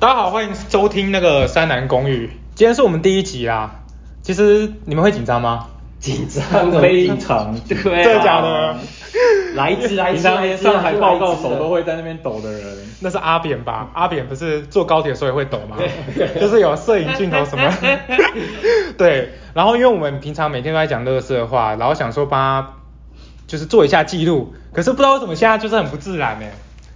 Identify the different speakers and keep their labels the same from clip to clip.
Speaker 1: 家好，欢迎收听那个《山南公寓》，今天是我们第一集啦。其实你们会紧张吗？
Speaker 2: 紧张非常，对、啊，
Speaker 1: 真的假的？
Speaker 2: 来一只，来一
Speaker 3: 平
Speaker 2: 只，
Speaker 3: 常
Speaker 2: 来一只啊
Speaker 3: 上海报告手都会在那边抖的人，
Speaker 1: 那是阿扁吧？阿扁不是坐高铁的时候也会抖吗？
Speaker 2: 对
Speaker 1: 就是有摄影镜头什 么。对，然后因为我们平常每天都在讲乐色话，然后想说帮他就是做一下记录，可是不知道为什么现在就是很不自然哎、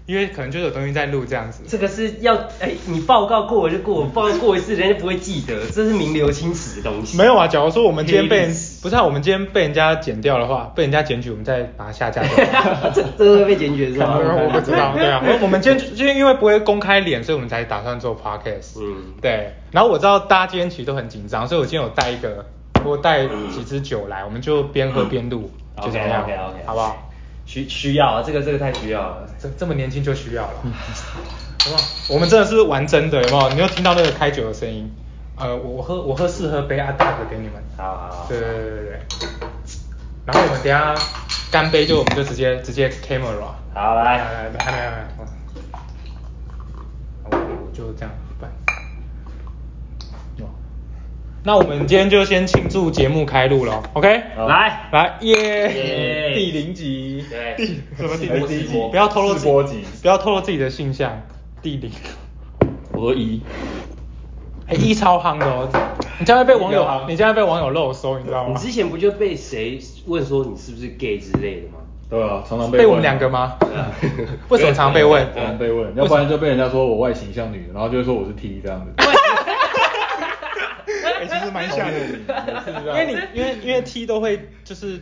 Speaker 1: 因为可能就有东西在录这样子。
Speaker 2: 这个是要哎、你报告过就过，报告过一次人家不会记得，这是名留青史的东西。
Speaker 1: 没有啊，假如说我们今天被 人
Speaker 2: 黑历史
Speaker 1: 不是、啊、我们今天被人家剪掉的话，被人家检举，我们再把它下架掉。
Speaker 2: 这这会被检举是吧？
Speaker 1: 我不知道，对啊，我们今天今天因为不会公开脸，所以我们才打算做 podcast。
Speaker 2: 嗯
Speaker 1: 对。然后我知道大家今天其实都很紧张，所以我今天有带一个，我带几支酒来，我们就边喝边录，就这
Speaker 2: OK
Speaker 1: 样
Speaker 2: OK OK，
Speaker 1: 好不好？？
Speaker 2: 需需要啊，这个这个太需要了。
Speaker 1: 这这么年轻就需要了， 好不好？我们真的是玩真的，有没有？你有听到那个开酒的声音？呃，我我喝我喝四喝杯啊，大的给你们。
Speaker 2: 好好好
Speaker 1: 对对对对对。然后我们等一下干杯就我们就直接直接 camera。
Speaker 2: 好
Speaker 1: 来来
Speaker 2: 来，
Speaker 1: 来，还没还没，我我就这样办。那我们今天就先庆祝节目开录了，OK？
Speaker 2: 好来
Speaker 1: 来耶！
Speaker 2: 耶
Speaker 3: 第零集，
Speaker 2: 对， 哎
Speaker 1: 什么第
Speaker 3: 还
Speaker 1: 零
Speaker 3: 是第
Speaker 1: 集
Speaker 3: 一集？
Speaker 1: 不要透露自
Speaker 3: 播集
Speaker 1: 己，，不要透露自己的性向，第零。
Speaker 3: 我一，
Speaker 1: 哎，一超夯的哦，你将会被网
Speaker 3: 一比较
Speaker 1: 友，
Speaker 3: 夯
Speaker 1: 你将会被网友肉搜，你知道
Speaker 2: E 你
Speaker 1: 吗？
Speaker 2: 之前不就被谁问说你是不是 gay 之类的吗？
Speaker 3: 对啊，常常被
Speaker 1: 被
Speaker 3: 问
Speaker 1: 我们两个？ 吗？为什么常被问？
Speaker 3: 常常被问，要不然就被人家说我外形像女的，然后就会说我是 T 这样 子。
Speaker 1: 哎、其实蛮像的， 因为你因为因为 T 都会就是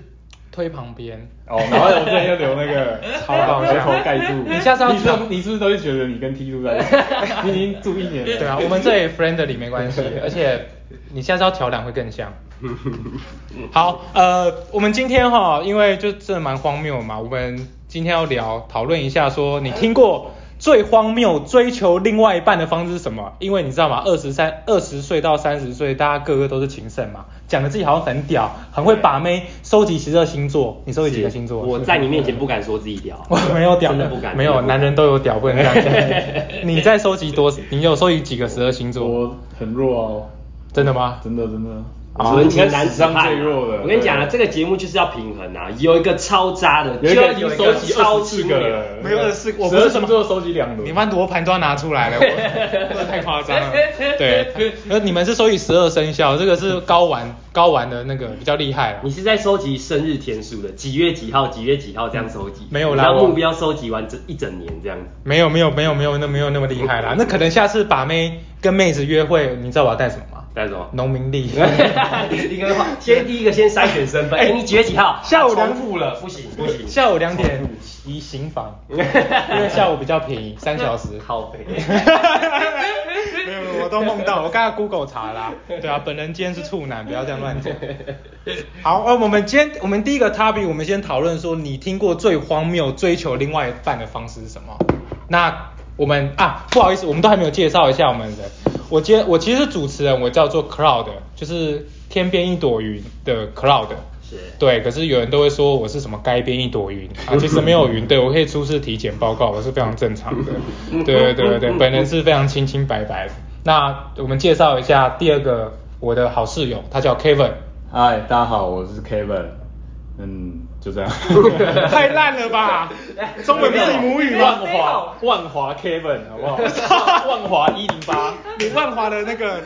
Speaker 1: 推旁边，
Speaker 3: 哦，然后我之前就留那个
Speaker 1: 超 搞笑
Speaker 3: 留头盖住。
Speaker 1: 你下次要
Speaker 3: 你是你是不是都是觉得你跟 T 住在一起？ 你已经住一年了。
Speaker 1: 对啊，我们这里 friendly 没关系，而且你下次要调两会更像。好，呃，我们今天哈，因为就真的蛮荒谬嘛，我们今天要聊讨论一下说，你听过最荒谬追求另外一半的方式是什么？因为你知道吗？二十三、二十岁到三十岁，大家个个都是情圣嘛，讲的自己好像很屌，很会把妹，收集十二星座，你收集几个星座？
Speaker 2: 我在你面前不敢说自己屌，
Speaker 1: 我 没有屌，
Speaker 2: 真的不敢，
Speaker 1: 没有，男人都有屌，不能这样 讲。你在收集多？你有收集几个十二星座？
Speaker 3: 我很弱哦，
Speaker 1: 真的吗？
Speaker 3: 真的真的。
Speaker 1: 啊
Speaker 2: 纯情
Speaker 3: 我
Speaker 2: 男
Speaker 3: 是
Speaker 2: 子
Speaker 3: 史上
Speaker 2: 汉
Speaker 3: 最弱的。
Speaker 2: 哦我跟你讲啊，这
Speaker 3: 对
Speaker 2: 个节目就是要平衡啊，有一个超渣的，
Speaker 3: 有一
Speaker 2: 就
Speaker 3: 个
Speaker 2: 要
Speaker 3: 已
Speaker 2: 有
Speaker 3: 经
Speaker 2: 一
Speaker 3: 收
Speaker 2: 个
Speaker 3: 集
Speaker 2: 超
Speaker 3: 二十四
Speaker 2: 清
Speaker 3: 个
Speaker 2: 流
Speaker 3: 了，
Speaker 1: 没有24我不
Speaker 3: 十
Speaker 1: 是
Speaker 3: 二
Speaker 1: 什么
Speaker 3: 星座收集两轮。
Speaker 1: 你把罗盘都要拿出 来了，我真的太夸张了。对，呃，你们是收集十二生肖，这个是高 玩高玩的那个比较厉害了
Speaker 2: 你。是在收集生日天数的，几月几号，几月几号这样收集？
Speaker 1: 没有啦
Speaker 2: 然后
Speaker 1: 我
Speaker 2: 目标收集完整一整年这样子。
Speaker 1: 没有没有没有没有那没有那么厉害 啦。那可能下次把妹跟妹子约会，你知道我要带什么吗？？
Speaker 2: 带什么
Speaker 1: 农民 历。
Speaker 2: 一个先第一个先筛选身 份，哎，你几月几号？
Speaker 1: 下午两
Speaker 2: 重复了，不行不行，
Speaker 1: 下午两点移行房，因为下午比较便宜，三小时。
Speaker 2: 靠背。
Speaker 1: 没有，没有，我都梦到，我刚才 Google 查啦、对啊，本人今天是处男，不要这样乱讲。好，呃，我们今天我们第一个 topic，我们先讨论说你听过最荒谬追求另外一半的方式是什么？那我们啊，不好意思，我们都还没有介绍一下我们的人。我今天我其实是主持人，我叫做 Cloud，就是天边一朵云的 Cloud。
Speaker 2: 是
Speaker 1: 对，可是有人都会说我是什么该边一朵云啊，其实没有云，对我可以出示体检报告，我是非常正常的。对对对对对，本人是非常清清白白的。那我们介绍一下第二个我的好室友，他叫 Kevin，
Speaker 3: 嗨，大家好，我是 Kevin。嗯，就这样。
Speaker 1: 太烂了吧？中文不是你母语
Speaker 3: 万
Speaker 1: 吗？
Speaker 3: 华，万华 Kevin 好不好？万华一零八。
Speaker 1: 你万华的那个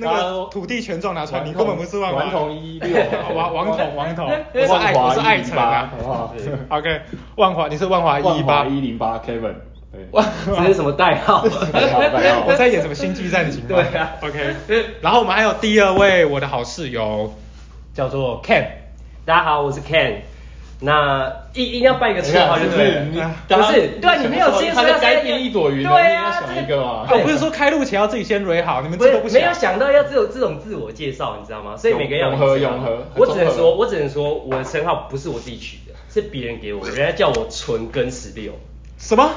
Speaker 1: 那
Speaker 3: 大家都
Speaker 1: 个土地权状拿出来，你根本不是万华。，
Speaker 3: 顽童一六
Speaker 1: 王王统王统，我是
Speaker 3: 万
Speaker 1: 爱
Speaker 3: 华
Speaker 1: 我是爱城啊
Speaker 3: 108好不好？
Speaker 1: OK，万华你是万华一
Speaker 3: 万
Speaker 1: 八
Speaker 3: 华一零八 Kevin。对
Speaker 2: 这是什么代号？
Speaker 3: 代号代号
Speaker 1: 我在演什么星际战警吗？
Speaker 2: 对啊
Speaker 1: OK，然后我们还有第二位我的好室友，叫做 Ken。
Speaker 2: 大家好，我是 Ken。那一一定要办一个绰号，就
Speaker 3: 不
Speaker 2: 对
Speaker 3: 是
Speaker 2: 了
Speaker 3: 你
Speaker 2: 不是，对啊，你没有先
Speaker 3: 他
Speaker 2: 说
Speaker 3: 就
Speaker 2: 要
Speaker 3: 该变一朵云了，
Speaker 2: 对
Speaker 3: 你
Speaker 2: 啊，
Speaker 3: 要想一个嘛
Speaker 1: 啊，。我不是说开录前要自己先蕊好，你们
Speaker 2: 不
Speaker 1: 这
Speaker 2: 是
Speaker 1: 都不啊
Speaker 2: 没有
Speaker 1: 想。
Speaker 2: 想到要这种这种自我介绍，你知道吗？所以每个人要有
Speaker 3: 融合
Speaker 2: 自我介绍我只
Speaker 3: 融合
Speaker 2: 能
Speaker 3: 很
Speaker 2: 说，
Speaker 3: 综合
Speaker 2: 我只能说，我的称号不是我自己取的，是别人给我的，人家叫我纯根十六。
Speaker 1: 什么？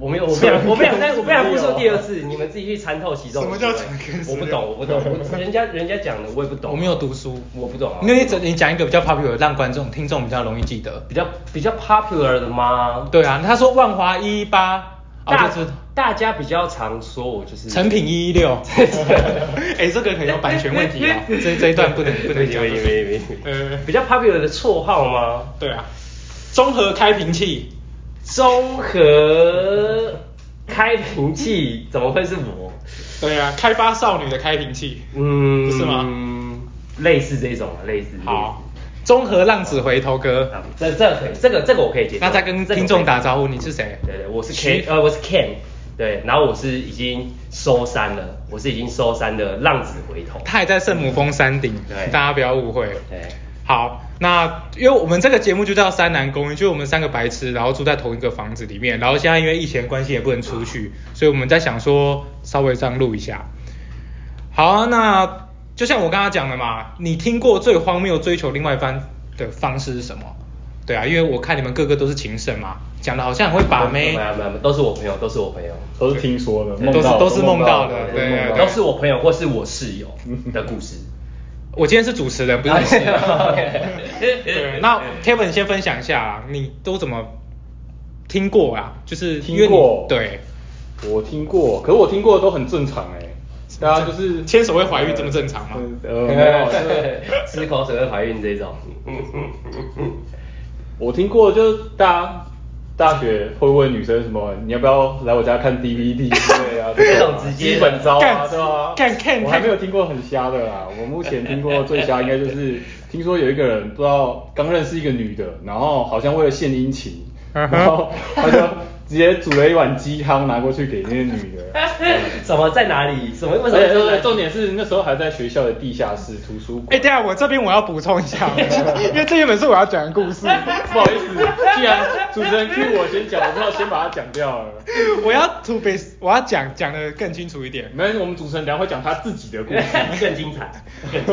Speaker 2: 我没有，我不想，我不想再，我不想复述第二次，
Speaker 3: 纯
Speaker 2: 你们自己去参透其中。
Speaker 1: 什么叫纯根16
Speaker 2: 我不懂，我不懂，我人家人家讲的我也不懂。
Speaker 1: 我没有读书，
Speaker 2: 我不懂啊。
Speaker 1: 因为你整你讲一个比较 popular，让观众听众比较容易记得。
Speaker 2: 比较比较 popular 的吗？
Speaker 1: 对啊，他说万华一八，啊，
Speaker 2: 大
Speaker 1: 就是
Speaker 2: 大家比较常说我就是
Speaker 1: 成品一一六， 哎，这个可能有版权问题 啊， 这这一段不能不能
Speaker 2: 没
Speaker 1: 讲。
Speaker 2: 没没没，
Speaker 1: 呃，
Speaker 2: 比较 popular 的绰号吗？
Speaker 1: 对啊，综合开瓶器，
Speaker 2: 综合开瓶器怎么会是我？
Speaker 1: 对啊，开发少女的开瓶器。
Speaker 2: 嗯，
Speaker 1: 是吗？
Speaker 2: 类似这种啊，类似。
Speaker 1: 好，综合浪子回头
Speaker 2: 类似，
Speaker 1: 哥
Speaker 2: 啊，这这可以，这个这个我可以接受。
Speaker 1: 那再跟
Speaker 2: 这个我可以
Speaker 1: 听众打招呼，你是谁？
Speaker 2: 对对，我是
Speaker 1: 徐
Speaker 2: Ken，呃，我是 Ken，对，然后我是已经收山了，我是已经收山的浪子回头。
Speaker 1: 他也在圣母峰山顶，
Speaker 2: 对
Speaker 1: 大家不要误会。
Speaker 2: 对，
Speaker 1: 好，那因为我们这个节目就叫三男公寓，就我们三个白痴，然后住在同一个房子里面，然后现在因为疫情的关系也不能出去，所以我们在想说稍微这样录一下。好啊、那就像我刚刚讲的嘛，你听过最荒谬追求另外一半的方式是什么？对啊，因为我看你们个个都是情圣嘛，讲的好像很会把妹
Speaker 2: 没，有没有，没有都是我朋友，都是我朋友，
Speaker 3: 都是听说的，
Speaker 1: 对
Speaker 3: 梦
Speaker 1: 都是
Speaker 3: 到
Speaker 1: 都是梦到的
Speaker 3: 都是梦
Speaker 1: 对
Speaker 3: 到
Speaker 2: 都是我朋友或是我室友的故 事。
Speaker 1: 我今天是主持人，不是你 是。对
Speaker 2: 对，
Speaker 1: 那 Kevin 先分享一下啊，你都怎么听过啊？就是因为
Speaker 3: 听过
Speaker 1: 你对，
Speaker 3: 我听过，可是我听过的都很正常哎、大家就是
Speaker 1: 牵手会怀孕这么正常吗
Speaker 3: 呃， 没有，就是
Speaker 2: 吃口水会怀孕这种。嗯
Speaker 3: 我听过，就是大家大学会问女生什么，你要不要来我家看 DVD 对啊，
Speaker 2: 这种
Speaker 3: 啊
Speaker 2: 直接的
Speaker 3: 基本招啊，
Speaker 1: 干
Speaker 3: 对啊，
Speaker 1: 干看
Speaker 3: 我还没有听过很瞎的啦，我目前听过最瞎应该就是听说有一个人不知道刚认识一个女的，然后好像为了献殷勤，
Speaker 1: 嗯哼
Speaker 3: 然后他就直接煮了一碗鸡汤拿过去给那个女的。
Speaker 2: 什么在哪里？什么为
Speaker 3: 而
Speaker 2: 什
Speaker 1: 呃
Speaker 3: 且而
Speaker 2: 么
Speaker 3: 且？重点是那时候还在学校的地下室图书
Speaker 1: 哎、 等
Speaker 3: 馆。
Speaker 1: 一下我这边我要补充一 下， 因为这原本是我要讲的故事，
Speaker 3: 不好意思，既然主持 人 Q 我先讲，我只好先把它讲掉了。
Speaker 1: 我要 to be，我要讲讲的更清楚一点。
Speaker 3: 没关系，我们主持人等一下会讲他自己的故事，
Speaker 2: 更精彩。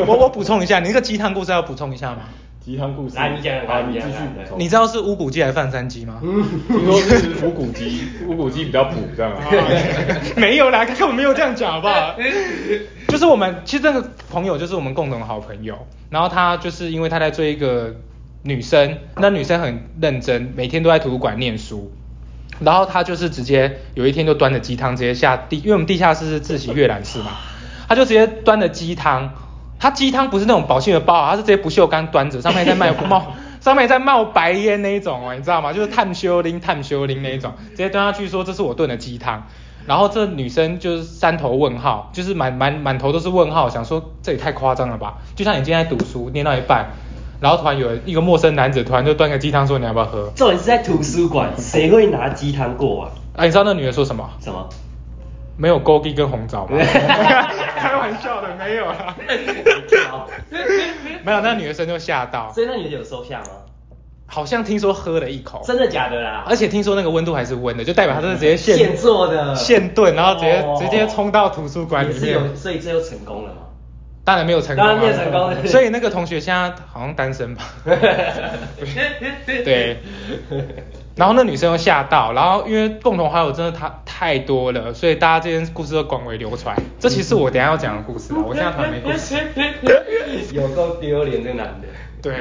Speaker 1: 我我补充一下，你那个鸡汤故事要补充一下吗？
Speaker 3: 鸡汤故事。
Speaker 2: 来你讲
Speaker 3: 好，
Speaker 2: 来
Speaker 3: 你
Speaker 2: 你
Speaker 3: 继
Speaker 2: 讲
Speaker 3: 续
Speaker 2: 来
Speaker 3: 补充。
Speaker 1: 你知道是乌骨鸡还是范山鸡吗？
Speaker 3: 听说是无骨鸡，无骨鸡比较补这样啊。
Speaker 1: 没有啦，根本没有这样讲，好不好？就是我们其实那个朋友就是我们共同的好朋友，然后他就是因为他在追一个女生，那女生很认真，每天都在图书馆念书。然后他就是直接有一天就端着鸡汤直接下地，因为我们地下室是自习阅览室嘛，他就直接端着鸡汤，他鸡汤不是那种保鲜的包啊，他是直接不锈钢端着，上面在冒冒，上面在冒白烟那一种哦，你知道吗？就是碳修linh碳修linh那一种，直接端下去说这是我炖的鸡汤。然后这女生就是三头问号，就是满满满头都是问号，想说这也太夸张了吧？就像你今天在读书念到一半，然后突然有人一个陌生男子突然就端个鸡汤说你要不要喝？
Speaker 2: 重点是在图书馆，谁会拿鸡汤过啊？
Speaker 1: 啊，你知道那女的说什么？
Speaker 2: 什么？
Speaker 1: 没有枸杞跟红枣吗？开玩笑的，没有啦。 没有，那女生就吓到，
Speaker 2: 所以那女的有收下吗？
Speaker 1: 好像听说喝了一口，
Speaker 2: 哦真的假的啦？
Speaker 1: 而且听说那个温度还是温的，就代表她是直接现
Speaker 2: 现做的
Speaker 1: 现炖，然后直接、
Speaker 2: 哦
Speaker 1: 直接冲到图书馆
Speaker 2: 也
Speaker 1: 里
Speaker 2: 是有，
Speaker 1: 面。
Speaker 2: 所以最后成功了吗？
Speaker 1: 当然没有成功、啊，
Speaker 2: 当然没有成功对
Speaker 1: 所以那个同学现在好像单身 吧？对。然后那女生又吓到，然后因为共同好友真的太太多了，所以大家这件故事都广为流传。这其实我等一下要讲的故事啊，我现在突然没故事。
Speaker 2: 有够丢脸这男的。
Speaker 1: 对，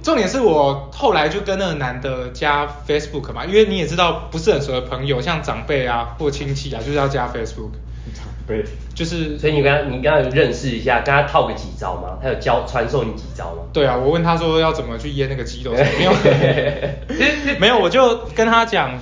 Speaker 1: 重点是我后来就跟那个男的加 Facebook 嘛，因为你也知道，不是很熟的朋友，像长辈啊或亲戚啊，就是要加 Facebook，
Speaker 3: 对，
Speaker 1: 就是
Speaker 2: 所以你跟他，你跟他有认识一下，跟他套个几招吗？他有教传授你几招吗？
Speaker 1: 对啊，我问他说要怎么去腌那个鸡肉，没有， 没有，我就跟他讲，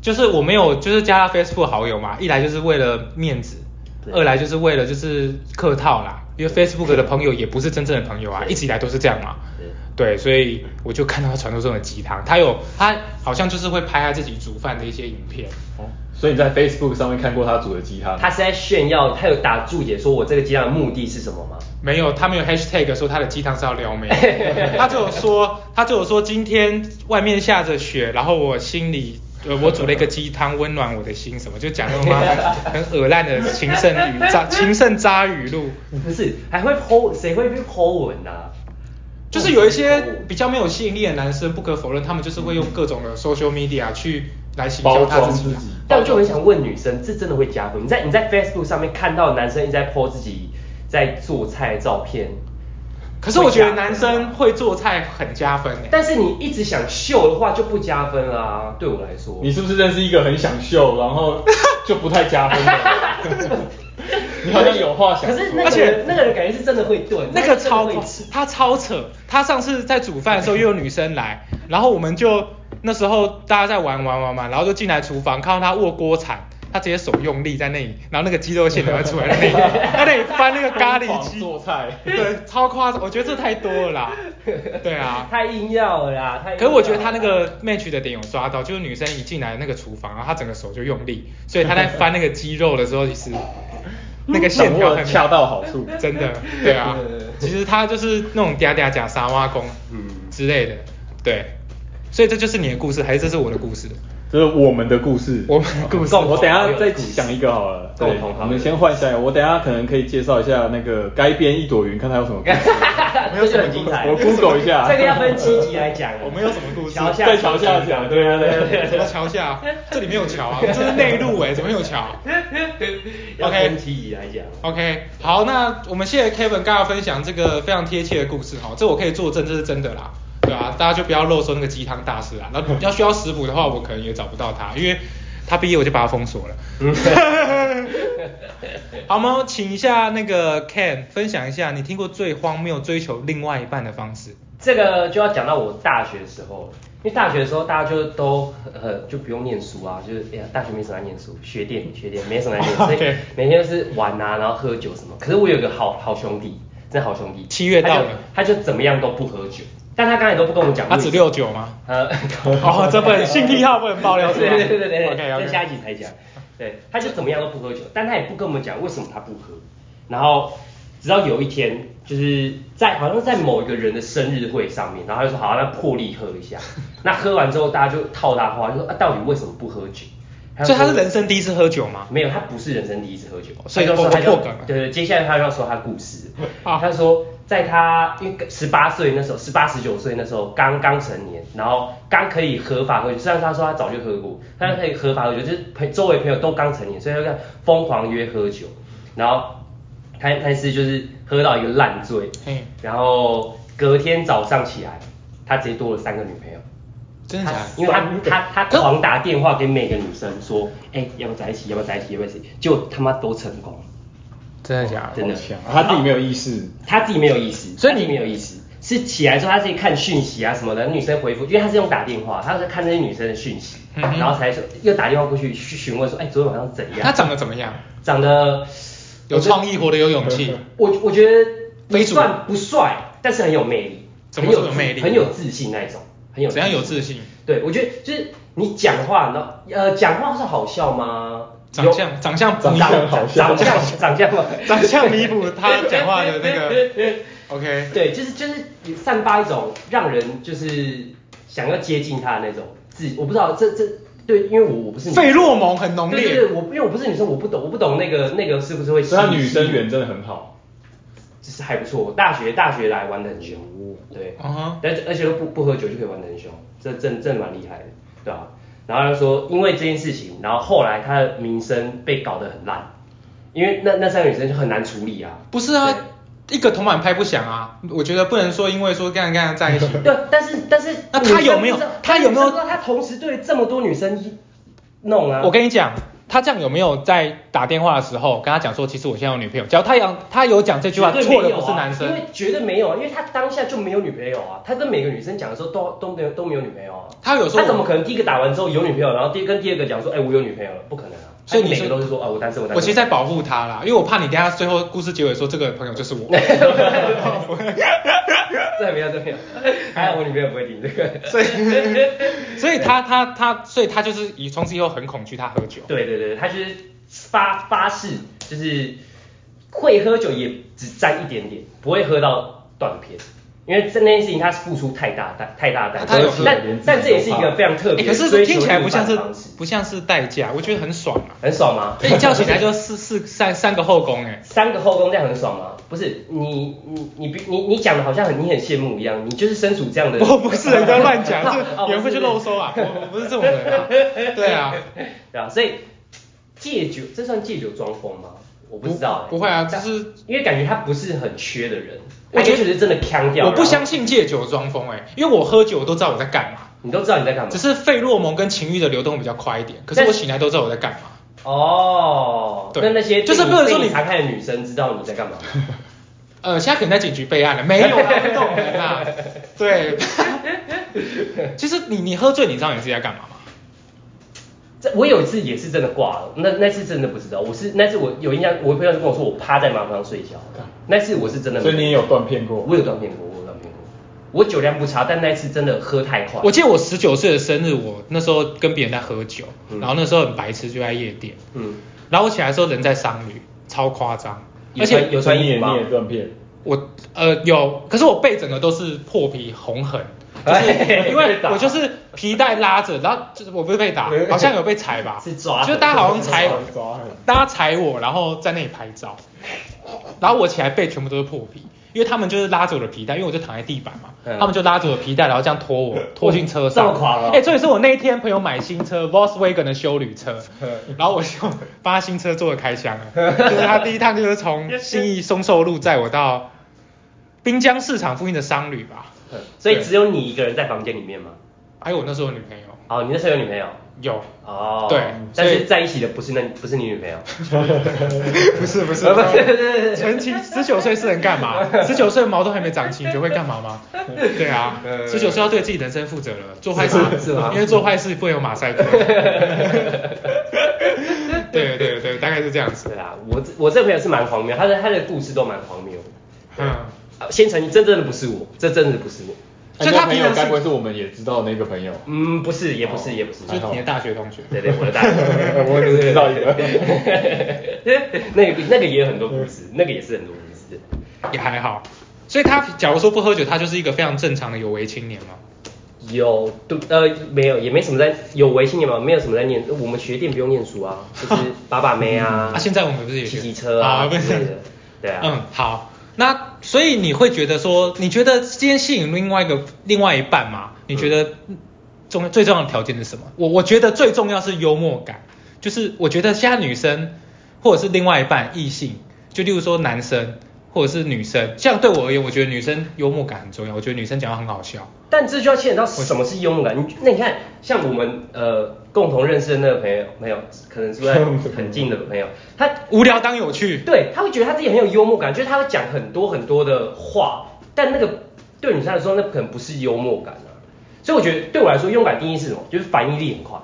Speaker 1: 就是我没有，就是加他 Facebook 好友嘛，一来就是为了面子，
Speaker 2: 对
Speaker 1: 二来就是为了就是客套啦，因为 Facebook 的朋友也不是真正的朋友啊，
Speaker 2: 对
Speaker 1: 一直以来都是这样嘛
Speaker 2: 对。
Speaker 1: 对，所以我就看到他传说中的鸡汤，他有他好像就是会拍他自己煮饭的一些影片，
Speaker 3: 哦所以你在 Facebook 上面看过他煮的鸡汤？
Speaker 2: 他是在炫耀，他有打注解说我这个鸡蛋的目的是什么吗？
Speaker 1: 没有，他没有 hashtag 说他的鸡汤是要撩妹，他只有说，他只有说今天外面下着雪，然后我心里，呃，我煮了一个鸡汤温暖我的心，什么就讲那种妈很很恶烂的情圣语渣情圣渣语录，
Speaker 2: 不是，还会 Po，谁会被 Po 文啊？
Speaker 1: 就是有一些比较没有吸引力的男生，不可否认，他们就是会用各种的 social media 去来行销他自己
Speaker 3: 包装自己
Speaker 1: 啊。
Speaker 2: 但我就很想问女生，这真的会加分？你在你在 Facebook 上面看到男生一直在 po 自己在做菜的照片，
Speaker 1: 可是我觉得
Speaker 2: 会加分
Speaker 1: 男生会做菜很加分欸诶、
Speaker 2: 但是你一直想秀的话就不加分啦，对我来说。
Speaker 3: 你是不是认识一个很想秀，然后就不太加分 的？你 好像有话想
Speaker 2: 可
Speaker 3: 说。
Speaker 2: 是那
Speaker 1: 而
Speaker 2: 个
Speaker 1: 且
Speaker 2: 人那个人感觉是真的会炖，
Speaker 1: 那
Speaker 2: 他
Speaker 1: 个
Speaker 2: 是真的
Speaker 1: 超
Speaker 2: 会
Speaker 1: 夸
Speaker 2: 吃
Speaker 1: 他超扯，他上次在煮饭的时候又有女生来，然后我们就那时候大家在玩玩玩玩，然后就进来厨房看到他握锅铲，他直接手用力在那里，然后那个肌肉线流出来那里，他那里翻那个咖喱鸡，
Speaker 3: 疯狂做菜
Speaker 1: 对，超夸张，我觉得这太多了啦， 对啊。
Speaker 2: 太硬要了啦，太硬要了。
Speaker 1: 可是我觉得他那 个 match 的点有抓到，就是女生一进来那个厨房，然后她整个手就用力，所以她在翻那个鸡肉的时候，其 实那个线条
Speaker 3: 掌握
Speaker 1: 很
Speaker 3: 得恰到好处
Speaker 1: 真的，对啊
Speaker 2: 对对对，
Speaker 1: 其实她就是那种嗲嗲假沙挖工
Speaker 3: 嗯
Speaker 1: 之类的，对，所以这就是你的故事，还是这是我的故事？
Speaker 3: 这是我们的故事，
Speaker 1: 我们的故事
Speaker 3: 我我等一下
Speaker 2: 共同好友的
Speaker 3: 再
Speaker 2: 故事
Speaker 3: 讲一个好了，
Speaker 2: 共
Speaker 3: 对
Speaker 2: 同好友
Speaker 3: 我们先换下一个，我等一下可能可以介绍一下那个该编一朵云，看他有什么 故事。
Speaker 2: 没有很精彩。
Speaker 3: 我 Google 一下
Speaker 2: 这个要分七集来讲。啊
Speaker 1: 我们有什么故事
Speaker 2: 桥下
Speaker 3: 在桥下讲，对啊对啊对啊。
Speaker 1: 什么桥下？这里没有桥啊，这是内陆哎，怎么有桥？
Speaker 2: 要
Speaker 1: OK
Speaker 2: 分七集来讲。
Speaker 1: OK，好，那我们谢谢 Kevin 刚刚分享这个非常贴切的故事哈，这我可以作证，这是真的啦，对啊，大家就不要漏说那个鸡汤大师 啦。那要需要食谱的话，我可能也找不到他，因为他毕业我就把他封 锁了。好，我们请一下那个 Ken 分享一下你听过最荒谬追求另外一半的方式。
Speaker 2: 这个就要讲到我大学的时候了，因为大学的时候大家就都呃就不用念书啊，就是哎呀大学没什么在念书，学电学电没什么在念， 所以
Speaker 1: OK
Speaker 2: 每天都是玩啊，然后喝酒什么。可是我有个好好兄弟，真的好兄弟，
Speaker 1: 七月到了
Speaker 2: 他就，他就怎么样都不喝酒，但他刚才都不跟我们讲，
Speaker 1: 他只六九吗？
Speaker 2: 呃，
Speaker 1: 哦这不能性癖好不能爆料是吧
Speaker 2: 对对对对对
Speaker 1: OK，OK
Speaker 2: 在下一集才讲。对，他就怎么样都不喝酒，但他也不跟我们讲为什么他不喝。然后直到有一天，就是在好像在某一个人的生日会上面，然后他就说好，那破例喝 一下。那喝完之后，大家就套他话，就说啊，到底为什么不喝酒？就
Speaker 1: 所以他是
Speaker 2: 说
Speaker 1: 人生第一次喝酒吗？
Speaker 2: 没有，他不是人生第一次喝酒，
Speaker 1: 哦所以
Speaker 2: 他就说他
Speaker 1: 我
Speaker 2: 要
Speaker 1: 破梗了啊
Speaker 2: 对对，接下来他就要说他故事。
Speaker 1: 好
Speaker 2: 他说，在他因为十八岁那时候，十八十九岁那时候刚刚成年，然后刚可以合法喝酒。虽然他说他早就喝过，但是可以合法喝酒，就是朋周围朋友都刚成年，所以他就疯狂约喝酒，然后他他是就是喝到一个烂醉
Speaker 1: 嘿，
Speaker 2: 然后隔天早上起来，他直接多了三个女朋友。
Speaker 1: 真的假
Speaker 2: 他
Speaker 1: 的？啊
Speaker 2: 因为他他他狂打电话给每个女生说，哎、要不要在一起？要不要在一起？要不要在一起？就他妈都成功，
Speaker 1: 真的假的？
Speaker 2: 真的
Speaker 3: 好。强啊他自己没有意识，
Speaker 2: 他自己没有意思，
Speaker 1: 所以
Speaker 2: 他自己
Speaker 1: 你
Speaker 2: 没有意思，是起来之后他自己看讯息啊什么的，女生回复，因为他是用打电话，他是看这些女生的讯息，
Speaker 1: 嗯哼
Speaker 2: 然后才说又打电话过去去询问说，哎、昨天晚上怎
Speaker 1: 他
Speaker 2: 样？
Speaker 1: 长得怎么样？
Speaker 2: 长得
Speaker 1: 有创意，活得有勇 气。
Speaker 2: 我我觉得不
Speaker 1: 非主
Speaker 2: 算不帅，但是很有魅力，
Speaker 1: 怎
Speaker 2: 很
Speaker 1: 么
Speaker 2: 有
Speaker 1: 说有魅力
Speaker 2: 很有自信那一种，很有
Speaker 1: 怎样有自信？
Speaker 2: 对，我觉得就是你讲话，呢，呃，讲话是好笑吗？
Speaker 1: 长相
Speaker 2: 有
Speaker 1: 长相
Speaker 2: 长
Speaker 1: 弥
Speaker 2: 相
Speaker 1: 补
Speaker 2: 好笑，长相长相嘛
Speaker 1: 长相弥补 他讲话的那个 OK
Speaker 2: 对，就是就是散发一种让人就是想要接近他的那种自，我不知道这这对，因为我我不是女生
Speaker 1: 费洛蒙很浓烈
Speaker 2: 对对对，我因为我不是女生，我不懂我不懂那个那个是不是会吸
Speaker 3: 所以
Speaker 2: 引
Speaker 3: 他女生缘真的很好。
Speaker 2: 就是还不错，我大学大学来玩的很凶，对，
Speaker 1: 嗯哼
Speaker 2: 而且而且都不不喝酒就可以玩的很凶，这真真的蛮厉害的，对吧、然后他就说，因为这件事情，然后后来他的名声被搞得很烂，因为那那三个女生就很难处理啊。
Speaker 1: 不是啊
Speaker 2: 对，
Speaker 1: 一个铜板拍不响啊，我觉得不能说因为说跟人跟人在一起，
Speaker 2: 对，但是但是
Speaker 1: 嗯那他有没有
Speaker 2: 女生不知道
Speaker 1: 他有没有
Speaker 2: 女生不知道他同时对这么多女生弄啊？
Speaker 1: 我跟你讲。他这样有没有在打电话的时候跟他讲说，其实我现在有女朋友？只要他有他有讲这句话，
Speaker 2: 绝对
Speaker 1: 错
Speaker 2: 没
Speaker 1: 的
Speaker 2: 有
Speaker 1: 不是
Speaker 2: 啊
Speaker 1: 男
Speaker 2: 因
Speaker 1: 生
Speaker 2: 为，绝对没有啊，因为他当下就没有女朋友啊，他跟每个女生讲的时候都都没有都没有女朋友啊。
Speaker 1: 他有说
Speaker 2: 他怎么可能第一个打完之后有女朋友，然后第跟第二个讲说，哎，我有女朋友了，不可能啊。
Speaker 1: 所以
Speaker 2: 他
Speaker 1: 你
Speaker 2: 每
Speaker 1: 是
Speaker 2: 个都是说啊，我单身，我单身。
Speaker 1: 我其实在保护他啦，因为我怕你等一下最后故事结尾说这个朋友就是 我，
Speaker 2: 这没有，这没有，还好我女朋友不会听这个。
Speaker 1: 哎所以所以他他他，所以他就是以从此以后很恐惧他喝酒。
Speaker 2: 对对对，他就是发发誓，就是会喝酒也只沾一点点，不会喝到断片。因为这那件事情，他付出太大代太大代
Speaker 1: 他
Speaker 2: 价
Speaker 1: 有，
Speaker 2: 但
Speaker 3: 连自己
Speaker 2: 但
Speaker 3: 都
Speaker 2: 这也是一个
Speaker 3: 怕
Speaker 2: 非常特别
Speaker 1: 欸可
Speaker 2: 的
Speaker 1: 是
Speaker 2: 追求
Speaker 1: 听起来不像
Speaker 2: 另
Speaker 1: 是
Speaker 2: 一半的方式
Speaker 1: 不像是代驾，我觉得很爽啊。
Speaker 2: 很爽吗？
Speaker 1: 所以一觉起来就四四三三个后宫哎、
Speaker 2: 三个后宫这样很爽吗？不是你你你比你你讲的好像很你很羡慕一样，你就是身处这样的。
Speaker 1: 我不是人家乱 讲，
Speaker 2: 哦
Speaker 1: 这缘分就漏收啊，我我不是这种 人啊。对啊，
Speaker 2: 对啊，所以戒酒，这算戒酒装疯吗？我不知道、欸
Speaker 1: 不不会啊
Speaker 2: 但
Speaker 1: 就是
Speaker 2: 因为感觉他不是很缺的人，
Speaker 1: 我
Speaker 2: 我
Speaker 1: 觉
Speaker 2: 觉
Speaker 1: 得
Speaker 2: 得是真的腔掉。
Speaker 1: 我不
Speaker 2: 然后
Speaker 1: 相信借酒装疯哎、因为我喝酒我都知道我在干嘛，
Speaker 2: 你都知道你在干嘛
Speaker 1: 只。是费洛蒙跟情欲的流动比较快一点，可是
Speaker 2: 但
Speaker 1: 我
Speaker 2: 是
Speaker 1: 醒来都知道我在干嘛。
Speaker 2: 哦，
Speaker 1: 对
Speaker 2: 那那些
Speaker 1: 就是
Speaker 2: 被
Speaker 1: 不能说
Speaker 2: 被
Speaker 1: 你
Speaker 2: 查看的女生知道你在干嘛吗，
Speaker 1: 呃，现在可能在警局备案了，没有啦，不懂人 啦。对，其实你你喝醉，你知道你自己在干嘛吗？
Speaker 2: 这我有一次也是真的挂了，那那次真的不知道，我是那次我有印象，我朋友就跟我说我趴在马桶上睡觉，那次我是真的没，
Speaker 3: 嗯所以你也有断片过
Speaker 2: 我有断片过，我有断片过，我酒量不差，但那次真的喝太快，
Speaker 1: 我记得我十九岁的生日，我那时候跟别人在喝酒，
Speaker 2: 嗯
Speaker 1: 然后那时候很白痴，就在夜店，
Speaker 2: 嗯，
Speaker 1: 然后我起来的时候人在商旅，超夸张，
Speaker 2: 有
Speaker 1: 而且
Speaker 2: 穿有穿
Speaker 3: 你
Speaker 2: 衣
Speaker 3: 也
Speaker 2: 服吗
Speaker 3: 你也？断片，
Speaker 1: 我呃有，可是我背整个都是破皮红痕，就是
Speaker 2: 哎
Speaker 1: 因为我就是皮带拉着，然后就是我不是被打，好像有被踩吧，
Speaker 2: 哎是抓
Speaker 1: 就大家好像踩
Speaker 3: 是抓痕，
Speaker 1: 大家踩我，然后在那里拍照，然后我起来背全部都是破皮，因为他们就是拉着我的皮带，因为我就躺在地板嘛，
Speaker 2: 嗯
Speaker 1: 他们就拉着我的皮带，然后这样拖我拖进车上，
Speaker 2: 这么狂哦
Speaker 1: 哎、重点是我那一天朋友买新车 Volkswagen 的修旅 车，然后我就帮他新车做了开箱 了，就是他第一趟就是从信义松寿路载我到滨江市场附近的商旅吧，
Speaker 2: 嗯所以
Speaker 1: 对
Speaker 2: 只有你一个人在房间里面吗？
Speaker 1: 还有我那时候的女朋友
Speaker 2: 哦，你那时候有女朋友？
Speaker 1: 有，
Speaker 2: 哦，
Speaker 1: 对
Speaker 2: 但
Speaker 1: 所以
Speaker 2: 是在一起的不是那不是你女朋 友，
Speaker 1: 不是不是
Speaker 2: 不是不是不是
Speaker 1: 纯 情十九岁是能干嘛？十九岁毛都还没长齐，你就会干嘛吗？ 对啊，十九岁要对自己人生负责了，做 坏事
Speaker 2: 是吗
Speaker 1: 因为做坏事不能有马赛 克。对对对，大概是这样子。
Speaker 2: 对啊，我这我这个朋友是蛮荒谬，他的他的故事都蛮荒谬的。
Speaker 1: 嗯，
Speaker 2: 啊先成，这真的不是我，这真的不是我。
Speaker 1: 所以
Speaker 3: 那
Speaker 1: 他
Speaker 3: 个朋
Speaker 1: 平
Speaker 3: 友
Speaker 1: 常
Speaker 3: 该不会
Speaker 1: 是，
Speaker 3: 是我们也知道的那个朋友？
Speaker 2: 嗯，不是，也不是，也不是。
Speaker 1: 就是你的大学同学。
Speaker 2: 对对，我的大学，
Speaker 3: 我只知道一个
Speaker 2: 那个那个也有很多故事，那个也是很多故事。
Speaker 1: 也还好。所以他假如说不喝酒，他就是一个非常正常的有为青年嘛。
Speaker 2: 嗯有对呃没有也没什么在有微信也没有没有什么在念，我们学店不用念书啊，就是把把妹 啊，
Speaker 1: 啊，现在我们不是也
Speaker 2: 骑
Speaker 1: 是
Speaker 2: 骑车啊
Speaker 1: 不
Speaker 2: 之类的
Speaker 1: 是，，
Speaker 2: 对啊，
Speaker 1: 嗯，好，那所以你会觉得说，你觉得今天吸引另外一个另外一半嘛？你觉得
Speaker 2: 嗯
Speaker 1: 重最重要的条件是什么？我我觉得最重要是幽默感，就是我觉得现在女生或者是另外一半异性，就例如说男生或者是女生，像对我而言，我觉得女生幽默感很重要，我觉得女生讲话很好笑。
Speaker 2: 但这就要牵扯到什么是幽默感。你那你看，像我们呃共同认识的那个朋友，朋友可 能住在很近的朋友，他
Speaker 1: 无聊当有趣，
Speaker 2: 对他会觉得他自己很有幽默感，就是他会讲很多很多的话，但那个对女生来说，那可能不是幽默感啊。所以我觉得对我来说，幽默感定义是什么？就是反应力很快。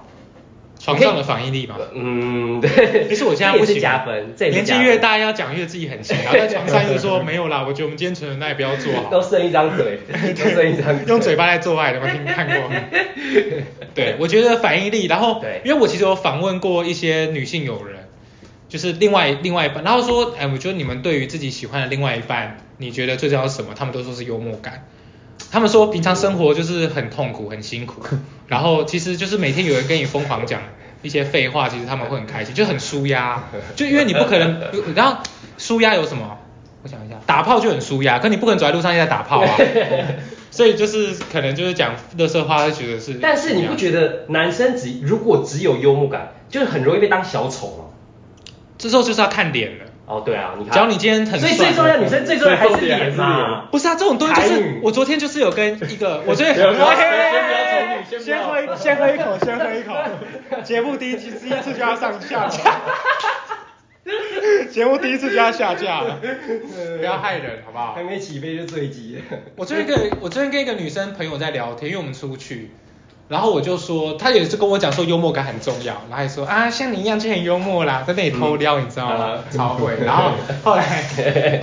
Speaker 1: 床上的反应力嘛。
Speaker 2: 嗯，对。
Speaker 1: 其实我现在
Speaker 2: 这
Speaker 1: 不
Speaker 2: 也
Speaker 1: 行
Speaker 2: 是加分，这也是
Speaker 1: 年
Speaker 2: 加
Speaker 1: 纪
Speaker 2: 分
Speaker 1: 越大要讲越自己很行， 然后在床上一直说没有啦，我觉得我们今天纯纯爱不要做好
Speaker 2: 都，剩一 张嘴，都剩一张嘴。
Speaker 1: 用嘴 巴在做爱的，我听看过。 对，我觉得反应力，然后
Speaker 2: 对
Speaker 1: 因为我其实有访问过一些女性友人，就是另外另外一半，然后说，哎，我觉得你们对于自己喜欢的另外一半，你觉得最重要是什么？他们都说是幽默感。他们说平常生活就是很痛苦、很辛 苦，然后其实就是每天有人跟你疯狂讲一些废话，其实他们会很开心，就很舒压，就因为你不可 能，然后舒压有什么？我想一下，打炮就很舒压，可你不可能走在路上一直在打炮 啊，所以就是可能就是讲乐色话，会觉得是舒压。
Speaker 2: 但是你不觉得男生只如果只有幽默感，就是很容易被当小丑吗？
Speaker 1: 这时候就是要看脸了。
Speaker 2: 哦，对啊，你看，
Speaker 1: 只要你今天很
Speaker 2: 所以
Speaker 1: 帅
Speaker 2: 最重要，女生最重要还是脸嘛。
Speaker 1: 不是啊，这种东西就
Speaker 2: 台
Speaker 1: 是
Speaker 2: 女
Speaker 1: 我昨天就是有跟一 个，我昨天
Speaker 3: 不要不要
Speaker 1: 嘿
Speaker 3: 先不要
Speaker 1: 先
Speaker 3: 冲动
Speaker 1: 喝一先喝一口，先喝一口。节目第一期第一次就要上 下架，节目第一次就要下架了，不要害人好不好
Speaker 2: 还？没起飞就坠机。
Speaker 1: 我最近跟我最近跟一个女生朋友在聊天，因为我们出去，然后我就说，她也是跟我讲说幽默感很重要，然后还说啊像你一样就很幽默啦，在那里偷撩、你知道吗？
Speaker 2: 啊
Speaker 1: 超会。然后后来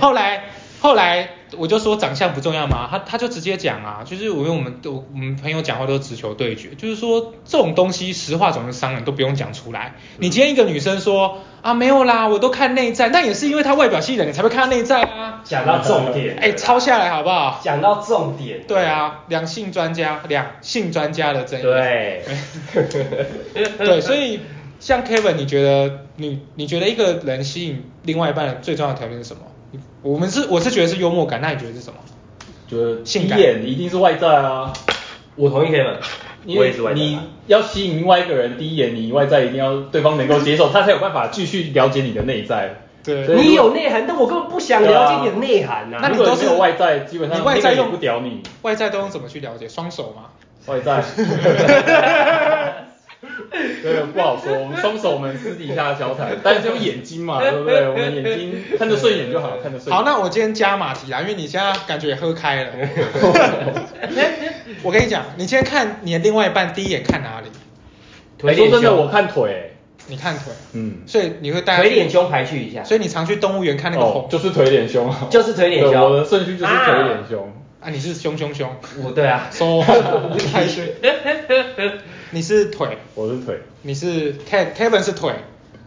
Speaker 1: 后来后来我就说长相不重要嘛，她她就直接讲啊，就是我跟我们我我们朋友讲话都直球对决，就是说这种东西实话总是伤人，都不用讲出来。你今天一个女生说啊没有啦，我都看内在，那也是因为她外表吸引人，你才会看她内在啊。
Speaker 2: 讲到重点，
Speaker 1: 哎、抄下来好不好？
Speaker 2: 讲到重点，
Speaker 1: 对啊，两性专家，两性专家的争议。
Speaker 2: 对，
Speaker 1: 对，所以像 Kevin，你觉得你你觉得一个人吸引另外一半的最重要的条件是什么？你我们是我是觉得是幽默感，那你觉得是什么？
Speaker 3: 就是
Speaker 1: 性
Speaker 3: 第
Speaker 1: 感
Speaker 3: 一眼一定是外在啊，
Speaker 2: 我同意 Kevin，
Speaker 3: 因
Speaker 2: 我也
Speaker 3: 为
Speaker 2: 是外
Speaker 3: 你
Speaker 2: 向啊
Speaker 3: 要吸引另外一个人，第一眼你外在一定要对方能够接受，他才有办法继续了解你的内在。
Speaker 1: 对
Speaker 3: 所以如果
Speaker 2: 你有内涵，但我根本不想了解你的内涵呐、
Speaker 1: 那你
Speaker 3: 如果
Speaker 1: 都
Speaker 3: 没
Speaker 1: 是
Speaker 3: 有外在，基本上
Speaker 1: 你外在
Speaker 3: 那个
Speaker 1: 用
Speaker 3: 也不屌你。
Speaker 1: 外在都用怎么去了解？双手吗？
Speaker 3: 外 在，对，不好说。我们双手我们私底下交谈，但是用眼睛嘛，对不对？我们眼睛看得顺眼就好，看得顺眼。
Speaker 1: 好，那我今天加码题啦，因为你现在感觉也喝开了。我跟你讲，你今天看你的另外一半，第一眼看哪里？
Speaker 3: 哎说真的，我看腿，
Speaker 1: 你看腿，
Speaker 3: 嗯
Speaker 1: 所以你会带他去
Speaker 2: 腿脸，胸排序一下，
Speaker 1: 所以你常去动物园看那个
Speaker 3: 哦
Speaker 1: 红，，
Speaker 3: 就是腿脸胸啊，
Speaker 2: 就是腿脸
Speaker 3: 对
Speaker 2: 胸
Speaker 3: 我的顺序就是腿脸胸，
Speaker 1: 啊，你是胸胸胸，
Speaker 2: 我对啊，
Speaker 1: 收开 心。你是腿，
Speaker 3: 我是腿。，
Speaker 1: 你是 Ke- Kevin 是腿，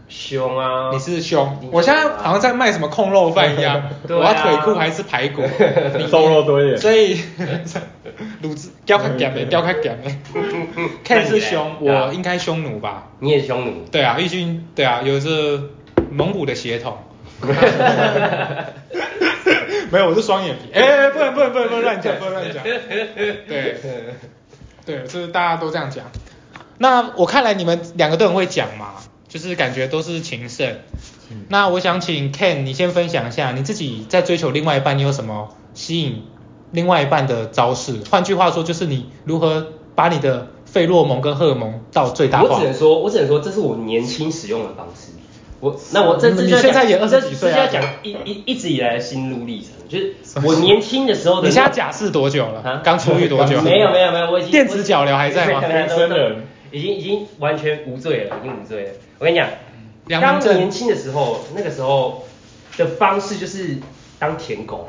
Speaker 2: 胸啊，
Speaker 1: 你是胸
Speaker 2: 你。啊
Speaker 1: 我现在好像在卖什么控肉饭一 样，
Speaker 2: 对啊
Speaker 1: 我要腿裤还是排 骨
Speaker 3: 瘦肉多一点
Speaker 1: 所以乳汁雕开点没，雕开点 没。Ken 是胸，
Speaker 2: 那你嘞
Speaker 1: 我应该匈奴吧？
Speaker 2: 你也匈 奴，
Speaker 1: 对啊，义军对啊，有着蒙古的血统。 没有，我是双眼皮。哎、不能不能不能不能乱讲，不能乱讲。对对，就是大家都这样讲。那我看来你们两个都很会讲嘛，就是感觉都是情圣。那我想请 Ken 你先分享一下你自己在追求另外一半，你有什么吸引另外一半的招式？换句话说，就是你如何把你的费洛蒙跟荷尔蒙到最大化。
Speaker 2: 我只能说，我只能说，这是我年轻使用的方式。我那我这
Speaker 1: 你
Speaker 2: 这
Speaker 1: 你
Speaker 2: 就要
Speaker 1: 现在
Speaker 2: 讲
Speaker 1: 也
Speaker 2: 这
Speaker 1: 20几岁
Speaker 2: 这就
Speaker 1: 啊
Speaker 2: 要讲一一一直以来的心路历程，就是我年轻的时候
Speaker 1: 你
Speaker 2: 的那
Speaker 1: 现在假释多久了
Speaker 2: 啊？
Speaker 1: 刚出狱多久？
Speaker 2: 没有没有没有，我已经
Speaker 1: 电子脚镣还在吗？
Speaker 2: 没有没有没有
Speaker 3: 原生人
Speaker 2: 已经已经完全无罪了，已经无罪了。我跟你讲，
Speaker 1: 良
Speaker 2: 当
Speaker 1: 民证
Speaker 2: 年轻的时候，那个时候的方式就是当舔狗。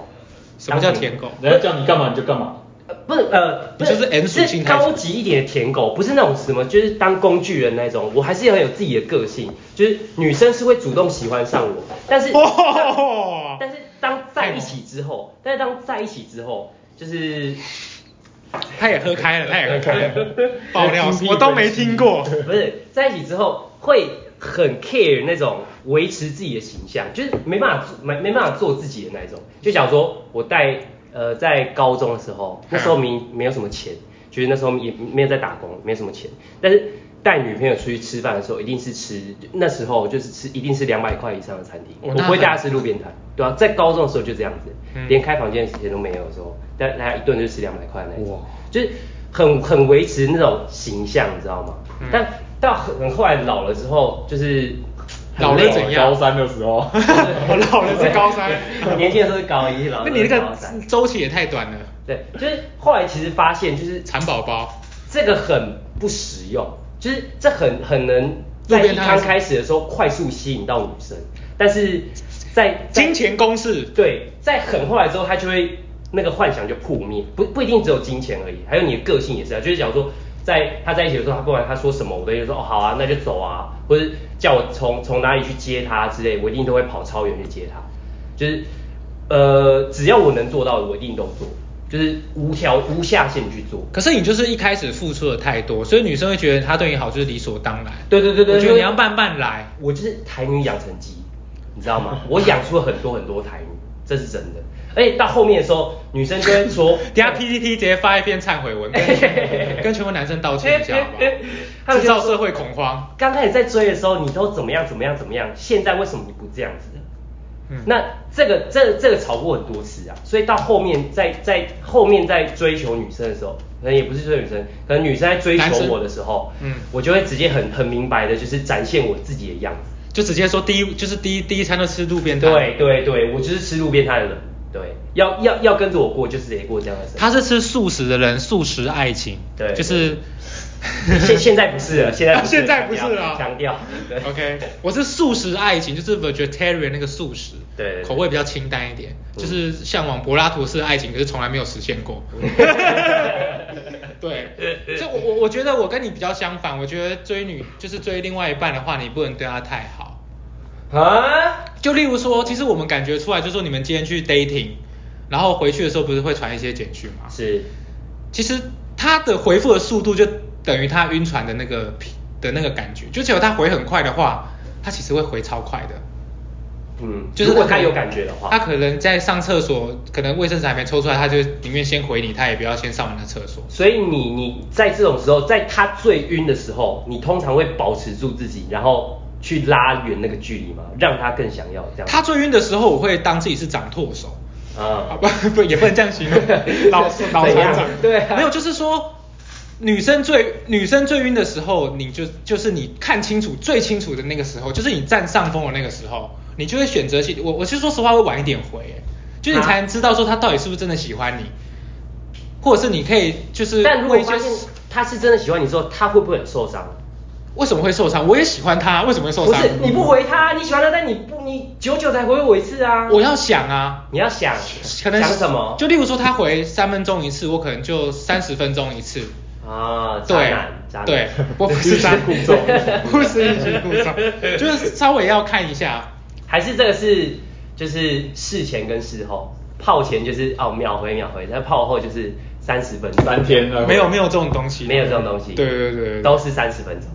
Speaker 1: 什么叫舔狗？
Speaker 3: 人家叫你干嘛你就干嘛，，
Speaker 2: 呃不是呃，不
Speaker 1: 你就是 N 属性太强
Speaker 2: 高级一点的舔狗，不是那种什么就是当工具人那种，我还是很有自己的个性，就是女生是会主动喜欢上我，但是、
Speaker 1: 哇
Speaker 2: 但是当在一起之后，但是当在一起之后，就是
Speaker 1: 他也喝开了，他也喝开了爆料
Speaker 2: 哎
Speaker 3: 精辟分析
Speaker 1: 我都没听过。
Speaker 2: 不是在一起之后会很 care 那种维持自己的形象，就是没办法做没没办法做自己的那一种。就假如说我在呃在高中的时
Speaker 1: 嗯
Speaker 2: 候，那时候没没有什么钱，就是那时候也没有在打工，没有什么钱，但是。带女朋友出去吃饭的时候，一定是吃那时候就是吃一定是两百块以上的餐厅，
Speaker 1: 哦
Speaker 2: 我
Speaker 1: 那
Speaker 2: 不会
Speaker 1: 很
Speaker 2: 带她吃路边摊，对啊，在高中的时候就这样子，
Speaker 1: 嗯
Speaker 2: 连开房间的钱都没有的时候，但大家一顿就吃两百块那一
Speaker 3: 哇
Speaker 2: 种，就是很很维持那种形象，你知道吗？
Speaker 1: 嗯
Speaker 2: 但到很很后来老了之后，就是
Speaker 1: 老了怎样
Speaker 3: 啊高三的 时候，
Speaker 1: 我 老了是高三，
Speaker 2: 年轻的时候是高一，
Speaker 1: 那
Speaker 2: 老了
Speaker 1: 你那
Speaker 2: 是高
Speaker 1: 个
Speaker 2: 三。
Speaker 1: 周期也太短了，
Speaker 2: 对，就是后来其实发现，就是
Speaker 1: 蚕宝宝。
Speaker 2: 这个很不实用，就是这很很能
Speaker 1: 路
Speaker 2: 在
Speaker 1: 边
Speaker 2: 一
Speaker 1: 摊还
Speaker 2: 刚
Speaker 1: 是
Speaker 2: 开始的时候快速吸引到女生，但是在在
Speaker 1: 金钱公式，
Speaker 2: 对，在很后来之后，他就会那个幻想就破灭，不不一定只有金钱而已，还有你的个性也是啊。就是假如说在他在一起的时候，他不管他说什么，我都会说哦好啊，那就走啊，或者叫我从从哪里去接他之类，我一定都会跑超远去接他。就是呃，只要我能做到的，我一定都做，就是无条无下限去做。
Speaker 1: 可是你就是一开始付出的太多，所以女生会觉得她对你好就是理所当然。
Speaker 2: 对对对对
Speaker 1: 我觉得
Speaker 2: 对
Speaker 1: 你要慢慢来。，
Speaker 2: 我就是台女养成机，你知道 吗？我养出了很多很多台女，这是真的。而且到后面的时候，女生就会 说哦
Speaker 1: 等下 PPT 直接发一篇忏悔文，跟 跟全国男生道歉一下，好不好？
Speaker 2: 他们
Speaker 1: 制
Speaker 2: 就
Speaker 1: 造
Speaker 2: 说
Speaker 1: 社会恐慌。
Speaker 2: 刚开始在追的时候，你都怎么样怎么样怎么样，现在为什么你不这样子了？
Speaker 1: 嗯
Speaker 2: 那这个这这个吵过很多次啊，所以到后面在在后面在追求女生的时候，可能也不是追求女生，可能女生在追
Speaker 1: 男
Speaker 2: 求
Speaker 1: 生
Speaker 2: 我的时候，
Speaker 1: 嗯
Speaker 2: 嗯，我就会直接很很明白的，就是展现我自己的样子。
Speaker 1: 就直接说第一就是第一第一餐就吃路边摊。
Speaker 2: 对，对对，我就是吃路边摊的人，对，要要要跟着我过，就是得过这样的生活。
Speaker 1: 他是吃素食的人，素食爱情。
Speaker 2: 对
Speaker 1: 就是。
Speaker 2: 现现在不 是了，现在
Speaker 1: 啊现在不是
Speaker 2: 了，
Speaker 1: 了。
Speaker 2: 强调。对
Speaker 1: OK，我是素食爱情，就是 vegetarian 那个素食，
Speaker 2: 对对对嗯
Speaker 1: 口味比较清淡一点，就是向往柏拉图式的爱情，可是从来没有实现过。
Speaker 2: 嗯
Speaker 1: 对，所以我我我觉得我跟你比较相反，我觉得追女就是追另外一半的话，你不能对她太好。
Speaker 2: 啊？
Speaker 1: 就例如说，其实我们感觉出来，就是说你们今天去 dating，然后回去的时候不是会传一些简讯吗？
Speaker 2: 是，
Speaker 1: 其实他的回复的速度就等于他晕船的那个频的那个感觉，就只有他回很快的话，他其实会回超快的。
Speaker 2: 嗯，
Speaker 1: 就
Speaker 2: 就是是如果
Speaker 1: 可
Speaker 2: 他
Speaker 1: 能
Speaker 2: 有感觉的话，
Speaker 1: 他可能在上厕所，可能卫生纸还没抽出来，他就宁愿先回你，他也不要先上完的厕所。
Speaker 2: 所以你你在这种时候，在他最晕的时候，你通常会保持住自己，然后去拉远那个距离嘛，让他更想要这样。
Speaker 1: 他最晕的时候，我会当自己是掌舵手，
Speaker 2: 啊
Speaker 1: 啊，不不也不能这样形 容，老老
Speaker 2: 怎
Speaker 1: 船
Speaker 2: 样
Speaker 1: 长
Speaker 2: 对啊
Speaker 1: 没有就是说。女生最女生最晕的时候，你就就是你看清楚最清楚的那个时候，就是你占上风的那个时候，你就会选择性。我我是说实话会晚一点回，欸就是你
Speaker 2: 啊
Speaker 1: 才能知道说他到底是不是真的喜欢你，或者是你可以就是
Speaker 2: 但如果
Speaker 1: 为一些
Speaker 2: 发现他是真的喜欢你之后，他会不会很受伤？
Speaker 1: 为什么会受伤？我也喜欢他，为什么会受
Speaker 2: 不
Speaker 1: 伤？
Speaker 2: 是你不回他，你喜欢他，但你不你久久才回我一次啊。
Speaker 1: 我要想啊，
Speaker 2: 你要想，
Speaker 1: 可能
Speaker 2: 想什么？
Speaker 1: 就例如说他回三分钟一次，我可能就三十分钟一次。
Speaker 2: 啊，渣
Speaker 1: 对
Speaker 2: 男，渣男，
Speaker 1: 对， 我不是渣故重，不是欲擒故纵，就是稍微要看一下。
Speaker 2: 还是这个是就是事前跟事后，泡前就是哦秒回秒回，但泡后就是三十分钟，
Speaker 3: 三天啊了，
Speaker 1: 没有没有这种东西，
Speaker 2: 呃没有这种东西，
Speaker 1: 对对对对
Speaker 2: 都是三十分钟。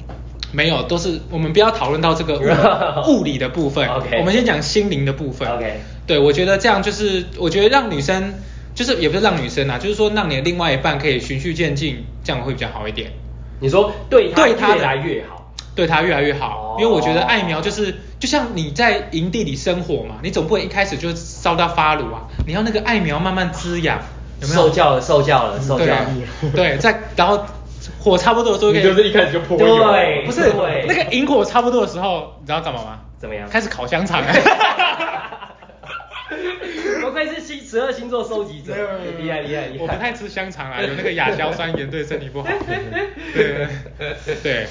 Speaker 1: 没有，都是我们不要讨论到这个 物物理的部分
Speaker 2: OK
Speaker 1: 我们先讲心灵的部分。
Speaker 2: OK
Speaker 1: 对，我觉得这样就是，我觉得让女生，就是也不是让女生啊，就是说让你的另外一半可以循序渐进，这样会比较好一点，
Speaker 2: 你说对他
Speaker 1: 对他的
Speaker 2: 越来越好，
Speaker 1: 对她越来越好。
Speaker 2: 哦
Speaker 1: 因为我觉得爱苗就是，就像你在营地里生火嘛，你总不能一开始就烧到发炉啊，你要那个爱苗慢慢滋养，有没有？
Speaker 2: 受教了，受教了，受教
Speaker 1: 对啊
Speaker 2: 了。
Speaker 1: 对，在然后火差不多的时候可
Speaker 3: 你
Speaker 1: 以，
Speaker 3: 就是一开始就泼油，
Speaker 2: 对
Speaker 1: 不是
Speaker 2: 对
Speaker 1: 那个引火差不多的时候，你知道干嘛吗？
Speaker 2: 怎么样
Speaker 1: 开始烤香 肠。
Speaker 2: 不愧是星十二星座收集者，厉害厉害厉害！
Speaker 1: 我不太吃香肠啊啦，有那个亚硝酸盐对身体不 好。对对，